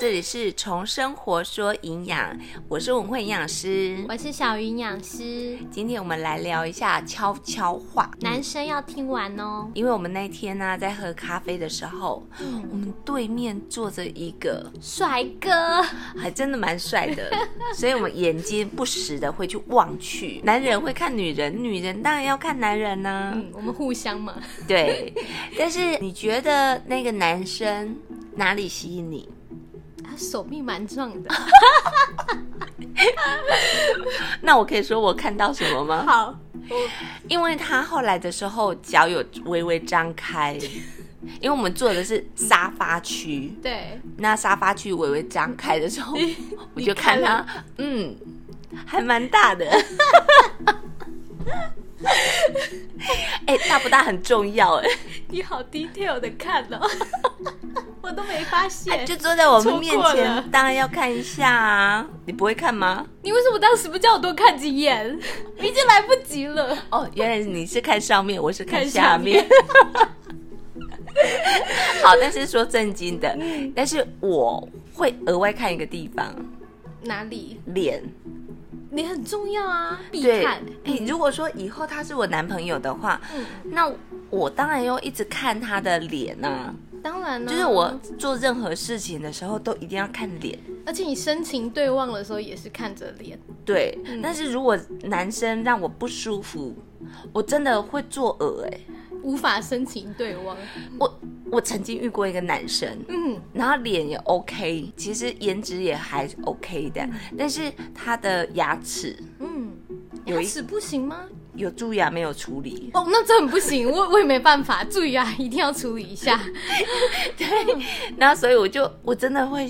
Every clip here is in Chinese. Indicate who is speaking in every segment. Speaker 1: 这里是从生活说营养，我是文慧营养师。
Speaker 2: 我是小云养师，
Speaker 1: 今天我们来聊一下悄悄话，
Speaker 2: 男生要听完哦。
Speaker 1: 因为我们那天呢、在喝咖啡的时候，我们对面坐着一个
Speaker 2: 帅哥，
Speaker 1: 还真的蛮帅的，所以我们眼睛不时的会去望去。男人会看女人，女人当然要看男人呢、
Speaker 2: 嗯，我们互相嘛。
Speaker 1: 对，但是你觉得那个男生哪里吸引你？
Speaker 2: 他手臂蛮壮的，
Speaker 1: 那我可以说我看到什么吗？
Speaker 2: 好，
Speaker 1: 因为他后来的时候脚有微微张开，因为我们坐的是沙发区，
Speaker 2: 对，
Speaker 1: 那沙发区微微张开的时 候，我就
Speaker 2: 看
Speaker 1: 看他，嗯，还蛮大 的。哎、大不大很重要哎、
Speaker 2: 你好 detail 的看哦， 我都没发现。
Speaker 1: 就坐在我们
Speaker 2: 错
Speaker 1: 面
Speaker 2: 过了
Speaker 1: 前，当然要看一下啊！你不会看吗？
Speaker 2: 你为什么当时不叫我多看几眼？ 已经来不及了。
Speaker 1: 哦，原来你是看上面，我是看
Speaker 2: 看
Speaker 1: 下
Speaker 2: 下
Speaker 1: 面。 好，但是说正经的，
Speaker 2: 嗯
Speaker 1: 但是我会额外看一个地方，
Speaker 2: 哪里？
Speaker 1: 脸。
Speaker 2: 你很重要啊，必
Speaker 1: 对，
Speaker 2: 看。
Speaker 1: 哎，如果说以后他是我男朋友的话，
Speaker 2: 嗯，
Speaker 1: 那我当然要一直看他的脸啊。
Speaker 2: 当然了、
Speaker 1: 就是我，做任何事情的时候都一定要看脸。
Speaker 2: 而且你深情对望的时候也是看着脸，
Speaker 1: 对，
Speaker 2: 嗯
Speaker 1: 但是如果男生让我不舒服，我真的会作恶哎、
Speaker 2: 无法深情对望。
Speaker 1: 我我曾经遇过一个男生，
Speaker 2: 嗯，
Speaker 1: 然后脸也 OK，其实颜值也还 OK 的，但是他的牙齿
Speaker 2: 嗯，
Speaker 1: 有
Speaker 2: 牙
Speaker 1: 一
Speaker 2: 齿不行吗？
Speaker 1: 有蛀牙没有处理，
Speaker 2: 哦，那这很不行，我我也没办法，注意啊，一定要处理一下。
Speaker 1: 然后所以我就我真的会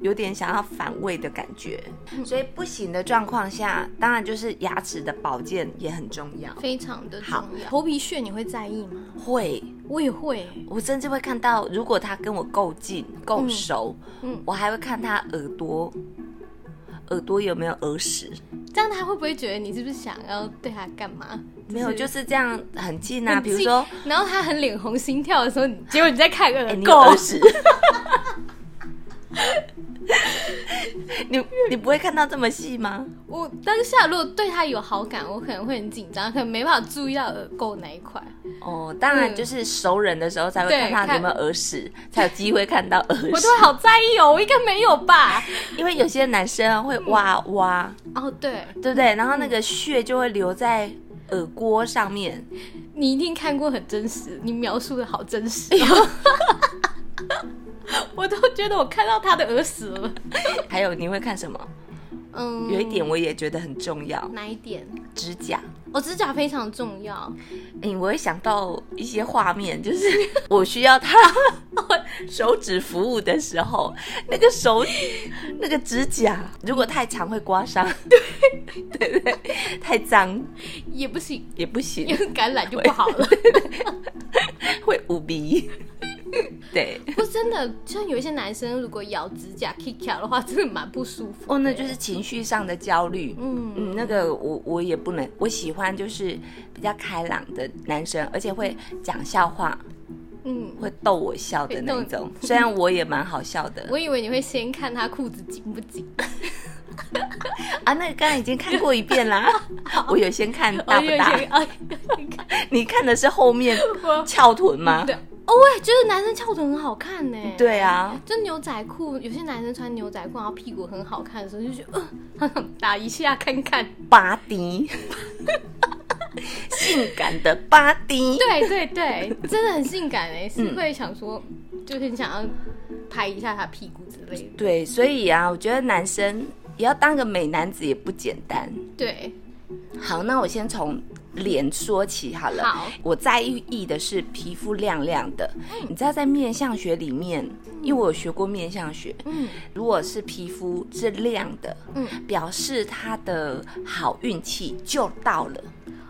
Speaker 1: 有点想要反胃的感觉，所以不行的状况下，当然就是牙齿的保健也很重要。
Speaker 2: 非常的重
Speaker 1: 好
Speaker 2: 要。头皮屑你会在意吗？
Speaker 1: 会，
Speaker 2: 我也会，
Speaker 1: 我甚至会看到，如果他跟我够近够
Speaker 2: 嗯
Speaker 1: 熟，
Speaker 2: 嗯
Speaker 1: 我还会看他耳朵，耳朵有没有耳屎，
Speaker 2: 这样他会不会觉得你是不是想要对他干嘛？
Speaker 1: 没有，就是这样很近啊，
Speaker 2: 很
Speaker 1: 比如
Speaker 2: 近
Speaker 1: 说。
Speaker 2: 然后他很脸红心跳的时候，你结果你在看
Speaker 1: 哎
Speaker 2: 耳
Speaker 1: 你有
Speaker 2: 垢
Speaker 1: 耳，屎。你你不会看到这么细吗？
Speaker 2: 我当下如果对他有好感，我可能会很紧张，可能没办法注意到耳垢那一块。
Speaker 1: 哦，当然
Speaker 2: 嗯
Speaker 1: 就是熟人的时候才会
Speaker 2: 对
Speaker 1: 看到有没有耳屎，才有机会看到耳
Speaker 2: 我
Speaker 1: 屎
Speaker 2: 都。会好在意哦，我应该没有吧？
Speaker 1: 因为有些男生啊
Speaker 2: 嗯
Speaker 1: 会挖挖，
Speaker 2: 哦，对，
Speaker 1: 对不对？然后
Speaker 2: 嗯
Speaker 1: 那个血就会留在耳郭上面。
Speaker 2: 你一定看过很真实，你描述的好真实、 我都觉得我看到他的耳屎了。
Speaker 1: 还有你会看什么？
Speaker 2: 嗯，
Speaker 1: 有一点我也觉得很重要，
Speaker 2: 哪一点？
Speaker 1: 指甲。
Speaker 2: 我、指甲非常重要，
Speaker 1: 嗯，我会想到一些画面，就是 我需要他 手指服务的时候，那个手那个指甲如果太长会刮伤， 对对对，太脏
Speaker 2: 也不行，
Speaker 1: 也不行
Speaker 2: 因， 为感染就不好 了。
Speaker 1: 会捂鼻。对，
Speaker 2: 不是真的，像有一些男生如果咬指甲 kick 的话，真的蛮不舒服。
Speaker 1: 哦，那就是情绪上的焦虑。
Speaker 2: 嗯，
Speaker 1: 嗯，那个我我也不能，我喜欢就是比较开朗的男生，而且会讲笑话，
Speaker 2: 嗯，
Speaker 1: 会逗我笑的那
Speaker 2: 会逗
Speaker 1: 种。虽然我也蛮好笑 的，
Speaker 2: 我以为你会先看他裤子紧不紧，
Speaker 1: 啊，那个刚才已经看过一遍啦，我有先看大不大？
Speaker 2: 啊，你看
Speaker 1: 你看的是后面
Speaker 2: 哎 我
Speaker 1: 翘臀吗？
Speaker 2: 对，哦，我也觉得男生翘臀很好看呢。，
Speaker 1: 对啊，
Speaker 2: 就牛仔裤，有些男生穿牛仔裤，然后屁股很好看的时候，就觉得 呃，打一下看看。
Speaker 1: 巴迪，性感的巴迪。
Speaker 2: 对对对，真的很性感哎，是会想说，就很想要拍一下他屁股之类的。
Speaker 1: 对，所以啊，我觉得男生也要当个美男子也不简单。
Speaker 2: 对，
Speaker 1: 好，那我先从脸说起好了。
Speaker 2: 好嗯
Speaker 1: 我在意的是皮肤亮亮的。你知道，在面相学里面，因为我有学过面相学，
Speaker 2: 嗯
Speaker 1: 如果是皮肤是亮的，
Speaker 2: 嗯，
Speaker 1: 表示他的好运气就到了。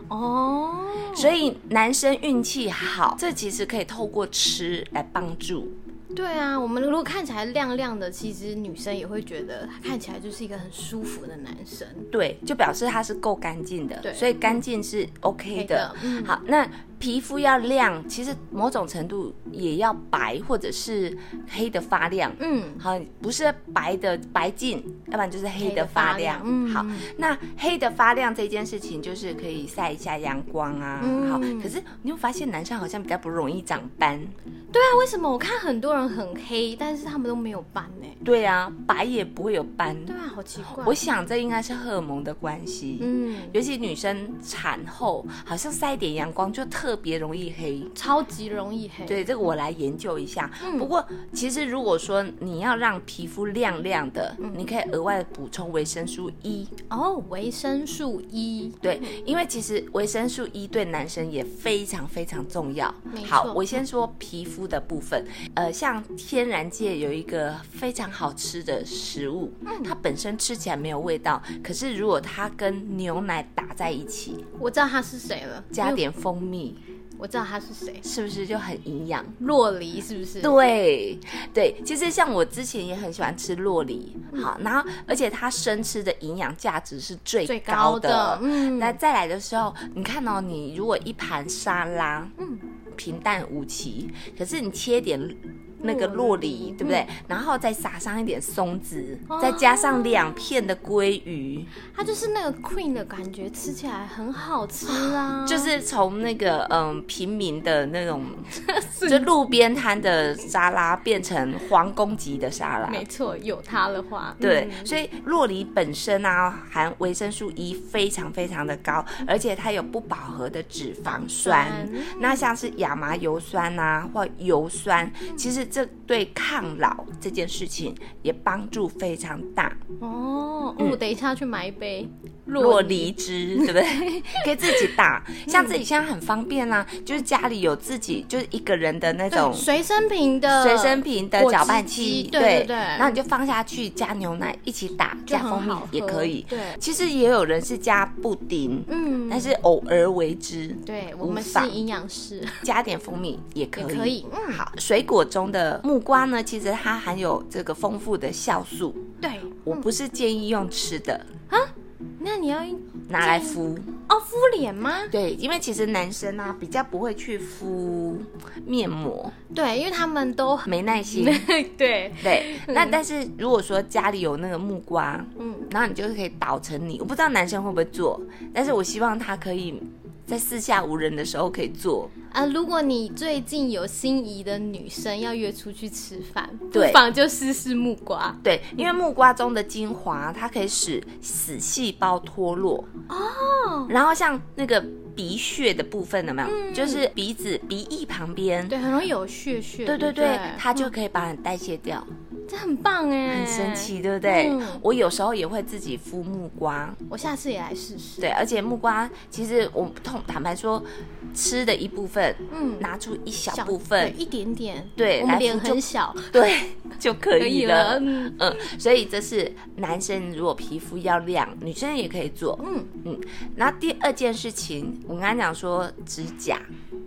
Speaker 2: 哦，
Speaker 1: 所以男生运气好，这其实可以透过吃来帮助。
Speaker 2: 对啊，我们如果看起来亮亮的，其实女生也会觉得他看起来就是一个很舒服的男生。
Speaker 1: 对，就表示他是够干净的，
Speaker 2: 对
Speaker 1: 所以干净是 OK
Speaker 2: 对
Speaker 1: 的
Speaker 2: 的。嗯
Speaker 1: 好，那皮肤要亮，其实某种程度也要白或者是黑的发亮。
Speaker 2: 嗯，
Speaker 1: 好，不是白的白净，要不然就是黑的发亮。
Speaker 2: 嗯，
Speaker 1: 好，那黑的发亮这件事情，就是可以晒一下阳光啊。
Speaker 2: 嗯
Speaker 1: 好，可是你会发现男生好像比较不容易长斑。
Speaker 2: 对啊，为什么我看很多人很黑，但是他们都没有斑欸呢、
Speaker 1: 对啊，白也不会有斑。
Speaker 2: 对啊，好奇怪。
Speaker 1: 我想这应该是荷尔蒙的关系。
Speaker 2: 嗯，
Speaker 1: 尤其女生产后，好像晒一点阳光就特别容易黑。
Speaker 2: 超级容易黑。，
Speaker 1: 对，这个我来研究一下。
Speaker 2: 嗯
Speaker 1: 不过，其实如果说你要让皮肤亮亮的，
Speaker 2: 嗯
Speaker 1: 你可以额外补充维生素 E。
Speaker 2: 哦，维生素 E，
Speaker 1: 对，因为其实维生素 E 对男生也非常非常重要
Speaker 2: 没。
Speaker 1: 好，
Speaker 2: 错
Speaker 1: 我先说皮肤的部分。呃，像天然界有一个非常好吃的食物，
Speaker 2: 嗯
Speaker 1: 它本身吃起来没有味道，可是如果它跟牛奶打在一起，
Speaker 2: 我知道他是谁了，
Speaker 1: 加
Speaker 2: 因为
Speaker 1: 点蜂蜜，
Speaker 2: 我知道他是谁，
Speaker 1: 是不是就很营养？
Speaker 2: 洛梨是不是？
Speaker 1: 对对，其实像我之前也很喜欢吃洛梨，好，然后而且它生吃的营养价值是最
Speaker 2: 嗯最
Speaker 1: 高
Speaker 2: 高
Speaker 1: 的。
Speaker 2: 的，嗯，
Speaker 1: 那再来的时候，你看哦，你如果一盘沙拉，嗯，平淡无奇，可是你切点那个洛
Speaker 2: 洛
Speaker 1: 梨
Speaker 2: 梨，
Speaker 1: 对不对？然后再撒上一点松子，
Speaker 2: 嗯哦
Speaker 1: 再加上两片的鲑鱼，
Speaker 2: 它就是那个 queen 的感觉，吃起来很好吃啊，
Speaker 1: 就是从那个嗯平民的那种，就路边摊的沙拉变成皇宫级的沙拉。
Speaker 2: 没错，有它的话，
Speaker 1: 对，
Speaker 2: 嗯
Speaker 1: 所以洛梨本身啊，含维生素 E 非常非常的高，而且它有不饱和的脂肪酸
Speaker 2: 酸。
Speaker 1: 那像是亚麻油酸啊，或油酸，其实这对抗老这件事情也帮助非常大。
Speaker 2: 哦，
Speaker 1: 嗯
Speaker 2: 我等一下去买一杯
Speaker 1: 洛梨汁，对不 对？可以自己打，
Speaker 2: 嗯
Speaker 1: 像自己现在很方便啦、就是家里有自己就是一个人的那种
Speaker 2: 对，随身瓶的
Speaker 1: 随身瓶的
Speaker 2: 果汁
Speaker 1: 搅拌器，
Speaker 2: 机对对对，
Speaker 1: 然后你就放下去，加牛奶一起打，
Speaker 2: 就
Speaker 1: 加
Speaker 2: 很
Speaker 1: 蜂蜜
Speaker 2: 好喝
Speaker 1: 也可以。
Speaker 2: 对
Speaker 1: 其实也有人是加布丁，
Speaker 2: 嗯，
Speaker 1: 但是偶尔为之，
Speaker 2: 对
Speaker 1: 无
Speaker 2: 我们是
Speaker 1: 妨
Speaker 2: 营养师，
Speaker 1: 加点蜂蜜也可
Speaker 2: 也
Speaker 1: 以。
Speaker 2: 可以，嗯，
Speaker 1: 好，水果中的木瓜呢，其实它含有这个丰富的酵素，
Speaker 2: 对，
Speaker 1: 我不是建议用吃的，
Speaker 2: 那你要
Speaker 1: 拿来敷。
Speaker 2: 哦敷脸吗？
Speaker 1: 对，因为其实男生啊比较不会去敷面膜，
Speaker 2: 对，因为他们都
Speaker 1: 没耐 心。
Speaker 2: 对，
Speaker 1: 对，那但是如果说家里有那个木瓜，
Speaker 2: 嗯，
Speaker 1: 然后你就是可以捣成泥。我不知道男生会不会做，但是我希望他可以在四下无人的时候可以做。
Speaker 2: 啊，如果你最近有心仪的女生要约出去吃饭，不
Speaker 1: 对
Speaker 2: 妨就试试木瓜
Speaker 1: 对，因为木瓜中的精华，它可以使死细胞脱落哦。嗯然后像那个鼻血的部分，有没有？就是鼻子鼻翼旁边。
Speaker 2: 对，很容易有血血，
Speaker 1: 对对
Speaker 2: 对
Speaker 1: 对嗯
Speaker 2: 不，
Speaker 1: 它就可以把你代谢掉，
Speaker 2: 这很棒哎，
Speaker 1: 很神，奇，对不对？
Speaker 2: 嗯
Speaker 1: 我有时候也会自己敷木瓜，
Speaker 2: 我下次也来试试，
Speaker 1: 对，而且木瓜其实我痛，坦白说，吃的一部分
Speaker 2: 嗯，
Speaker 1: 拿出一小部分
Speaker 2: 对，一点点，
Speaker 1: 对
Speaker 2: 我
Speaker 1: 来
Speaker 2: 们脸
Speaker 1: 敷就
Speaker 2: 很小，
Speaker 1: 对就可
Speaker 2: 可以
Speaker 1: 以
Speaker 2: 了，
Speaker 1: 了。
Speaker 2: 嗯
Speaker 1: 嗯，所以这是男生如果皮肤要亮，女生也可以做。
Speaker 2: 嗯，
Speaker 1: 那第二件事情，我刚刚讲说指甲，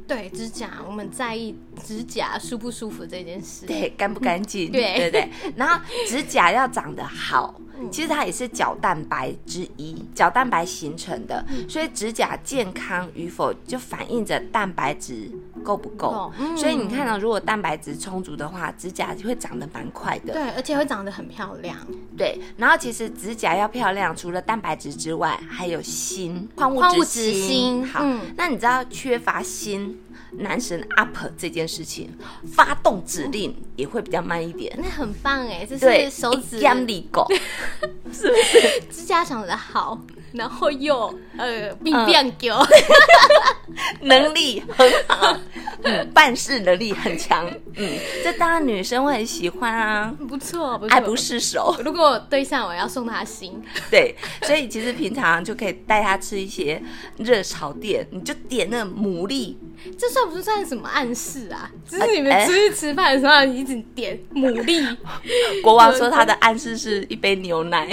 Speaker 2: 对，指甲，我们在意指甲舒不舒服这件事，
Speaker 1: 对，干不干净，
Speaker 2: 对嗯
Speaker 1: 对不 对？然后指甲要长得好，其实它也是角蛋白之一，角蛋白形成的，
Speaker 2: 嗯
Speaker 1: 所以指甲健康与否就反映着蛋白质够不够
Speaker 2: 够。嗯
Speaker 1: 所以你看到，如果蛋白质充足的话，指甲会长得蛮快的。
Speaker 2: 对，而且会长得很漂亮，
Speaker 1: 对，然后其实指甲要漂亮，除了蛋白质之外，还有锌，矿
Speaker 2: 嗯矿
Speaker 1: 物
Speaker 2: 物
Speaker 1: 质
Speaker 2: 质
Speaker 1: 锌。
Speaker 2: 锌
Speaker 1: 好，
Speaker 2: 嗯
Speaker 1: 那你知道缺乏锌，男神 up 这件事情，发动指令也会比较慢一点。
Speaker 2: 那很棒哎，这
Speaker 1: 对，
Speaker 2: 是手指
Speaker 1: 干里 狗，
Speaker 2: 指甲长得好，然后又呃病
Speaker 1: 嗯
Speaker 2: 变 狗，
Speaker 1: 能力很好，嗯，办事能力很 强，嗯，这当然女生会很喜欢啊，
Speaker 2: 不错哎不错，
Speaker 1: 爱不释 手。
Speaker 2: 如果对象我要送他心，
Speaker 1: 对，所以其实平常就可以带她吃一些热炒店，你就点那牡蛎，
Speaker 2: 这算不算什么暗示啊？只是你
Speaker 1: 哎
Speaker 2: 们出去吃饭的时候，你一直点牡 蛎，
Speaker 1: 国王说他的暗示是一杯牛 奶，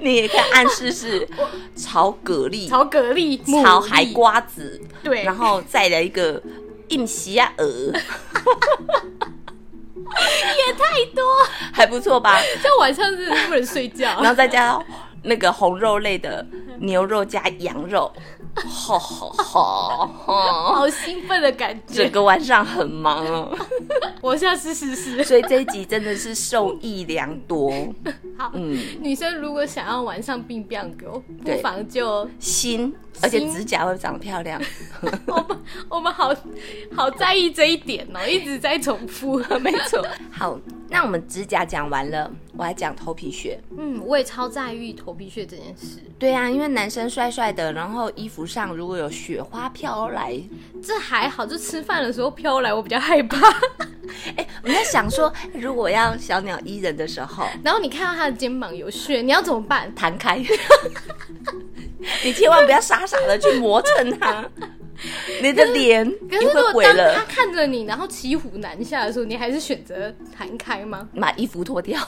Speaker 1: 你也可以暗示是炒蛤蜊、
Speaker 2: 炒蛤蜊、牡
Speaker 1: 炒
Speaker 2: 蛎
Speaker 1: 海，瓜子，
Speaker 2: 对，
Speaker 1: 然后再来一个硬皮啊 鹅，
Speaker 2: 太多，
Speaker 1: 还不错 吧？
Speaker 2: 这晚上真 的是不能睡觉
Speaker 1: 然。后再加那个红肉类的牛肉加羊肉，好好好，哈
Speaker 2: 好兴奋的感
Speaker 1: 哦
Speaker 2: 觉。
Speaker 1: 整个晚上很忙哦，
Speaker 2: 我下次试试。
Speaker 1: 所以这一集真的是受益良多。
Speaker 2: 好，
Speaker 1: 嗯，
Speaker 2: 女生如果想要晚上病变狗，不
Speaker 1: 对
Speaker 2: 妨就
Speaker 1: 心，而且指甲会长得漂亮。
Speaker 2: 我们我们好好在意这一点 哦，一直在重复。没错，
Speaker 1: 好，那我们指甲讲完了，我还讲头皮屑。
Speaker 2: 嗯，我也超在意头皮屑这件事，
Speaker 1: 对啊，因为男生帅帅的，然后衣服上如果有雪花飘来，
Speaker 2: 这还好，就吃饭的时候飘来，我比较害怕。
Speaker 1: 哎我在想说，如果要小鸟依人的时候
Speaker 2: 然后你看到他的肩膀有血，你要怎么办？
Speaker 1: 弹开， 你千万不要傻傻的去磨蹭 它，你的脸
Speaker 2: 可
Speaker 1: 你
Speaker 2: 是
Speaker 1: 会
Speaker 2: 如果
Speaker 1: 毁
Speaker 2: 当他
Speaker 1: 了。
Speaker 2: 看着你，然后骑虎难下的时候，你还是选择弹开吗？
Speaker 1: 把衣服脱掉，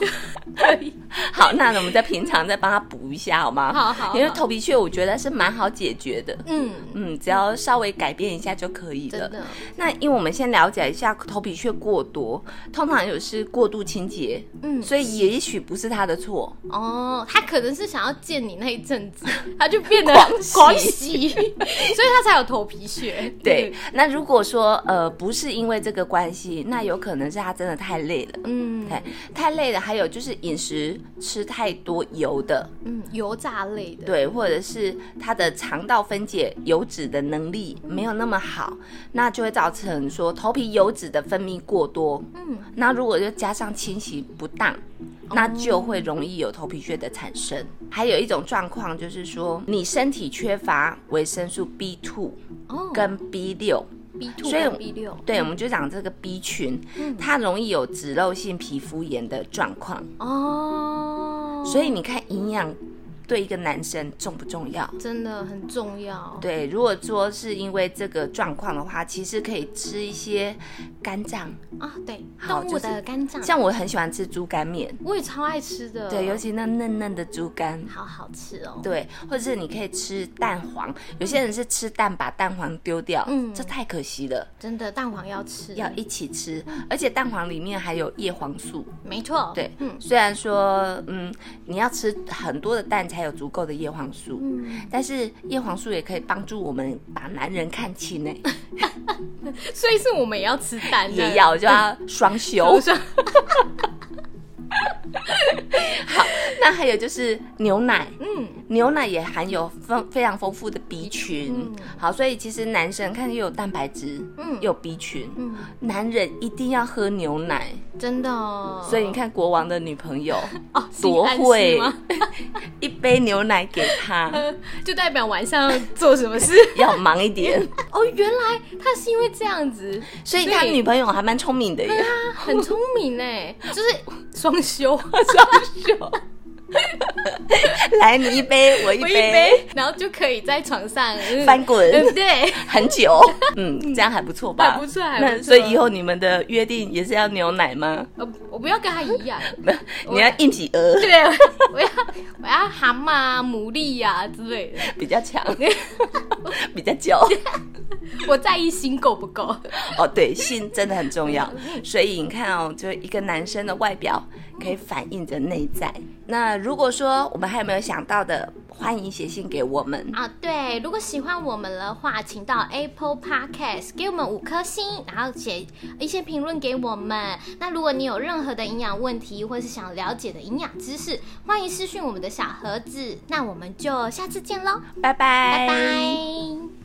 Speaker 2: 可以，
Speaker 1: 好，那我们在平常再帮他补一下好吗？
Speaker 2: 好好好
Speaker 1: 因为头皮屑我觉得是蛮好解决的，
Speaker 2: 嗯，
Speaker 1: 嗯，只要稍微改变一下就可以
Speaker 2: 真
Speaker 1: 了。
Speaker 2: 的，
Speaker 1: 那因为我们先了解一下头皮屑过多，通常有是过度清洁，
Speaker 2: 嗯，
Speaker 1: 所以也许不是嗯他的错。
Speaker 2: 哦，他可能是想要见你那一阵子，他就变得
Speaker 1: 狂喜
Speaker 2: 狂喜， 所以他才有头皮屑。
Speaker 1: 对，，那如果说呃不是因为这个关系，那有可能是他真的太累了，
Speaker 2: 嗯
Speaker 1: 太太累了。还有就是饮食吃太多油的，
Speaker 2: 嗯，油炸类的，
Speaker 1: 对，或者是他的肠道分解油脂的能力没有那么好，那就会造成说头皮油脂的分泌过多。
Speaker 2: 嗯，
Speaker 1: 那如果又加上清洗不当，那就会容易有头皮屑的产生。还有一种状况就是说，你身体缺乏维生素 B two
Speaker 2: 哦，
Speaker 1: 跟 B 六，
Speaker 2: B two
Speaker 1: 所以
Speaker 2: 跟 B 六，
Speaker 1: 对，我们就讲这个 B 群，它容易有脂漏性皮肤炎的状况。
Speaker 2: 哦，
Speaker 1: 所以你看，营养对一个男生重不重要？
Speaker 2: 真的很重要。
Speaker 1: 对，如果说是因为这个状况的话，其实可以吃一些肝脏，
Speaker 2: 啊，对，
Speaker 1: 好
Speaker 2: 动物
Speaker 1: 就是
Speaker 2: 的肝脏，
Speaker 1: 像我很喜欢吃猪肝面，
Speaker 2: 我也超爱吃的，
Speaker 1: 对，尤其那嫩嫩的猪肝，
Speaker 2: 好好吃哦。
Speaker 1: 对，或者是你可以吃蛋黄，有些人是吃蛋把蛋黄丢掉，
Speaker 2: 嗯
Speaker 1: 这太可惜了，
Speaker 2: 真的蛋黄要吃，
Speaker 1: 要一起吃，而且蛋黄里面还有叶黄素，
Speaker 2: 没错，
Speaker 1: 对，
Speaker 2: 嗯
Speaker 1: 虽然说，嗯，你要吃很多的蛋才有足够的叶黄素，
Speaker 2: 嗯，
Speaker 1: 但是叶黄素也可以帮助我们把男人看清呢、
Speaker 2: 所以是我们也要吃蛋的，
Speaker 1: 也要就要双
Speaker 2: 我
Speaker 1: 修。
Speaker 2: 说
Speaker 1: 那还有就是牛奶，
Speaker 2: 嗯，
Speaker 1: 牛奶也含有丰非常丰富的 B 群，
Speaker 2: 嗯
Speaker 1: 好，所以其实男生看又有蛋白质，
Speaker 2: 嗯
Speaker 1: 又有 B 群，
Speaker 2: 嗯
Speaker 1: 男人一定要喝牛奶，
Speaker 2: 真的哦，
Speaker 1: 所以你看国王的女朋 友
Speaker 2: 哦，是
Speaker 1: 多
Speaker 2: 你暗示
Speaker 1: 会
Speaker 2: 吗，
Speaker 1: 一杯牛奶给他，
Speaker 2: 就代表晚上要做什 么事
Speaker 1: 要忙一点，
Speaker 2: 哦。原来他是因为这样子，
Speaker 1: 所以他
Speaker 2: 所以
Speaker 1: 女朋友还蛮聪明的耶。
Speaker 2: 啊，很聪明哎，就是双休，
Speaker 1: 来，你一 杯，我一
Speaker 2: 我
Speaker 1: 杯，
Speaker 2: 一杯，然后就可以在床上嗯
Speaker 1: 翻滚
Speaker 2: 对不对？
Speaker 1: 很 久，嗯，这样还不错吧？
Speaker 2: 还不错还不
Speaker 1: 那
Speaker 2: 错
Speaker 1: 所以以后你们的约定也是要牛奶吗？
Speaker 2: 呃，我不要跟他一样，
Speaker 1: 你要硬起鹅
Speaker 2: 对，我要我要蛤蟆啊、牡蛎呀、之类的，
Speaker 1: 比较强，比较久。
Speaker 2: 我在意心够不够。
Speaker 1: 哦，对，性真的很重要，
Speaker 2: 嗯
Speaker 1: 所以你看哦，就是一个男生的外表可以反映着内在。那如果说我们还有没有想到的，欢迎写信给我们。
Speaker 2: 啊，对，如果喜欢我们的话，请到 Apple Podcast 给我们五颗星，然后写一些评论给我们。那如果你有任何的营养问题，或是想了解的营养知识，欢迎私讯我们的小盒子。那我们就下次见喽，
Speaker 1: 拜拜
Speaker 2: 拜拜。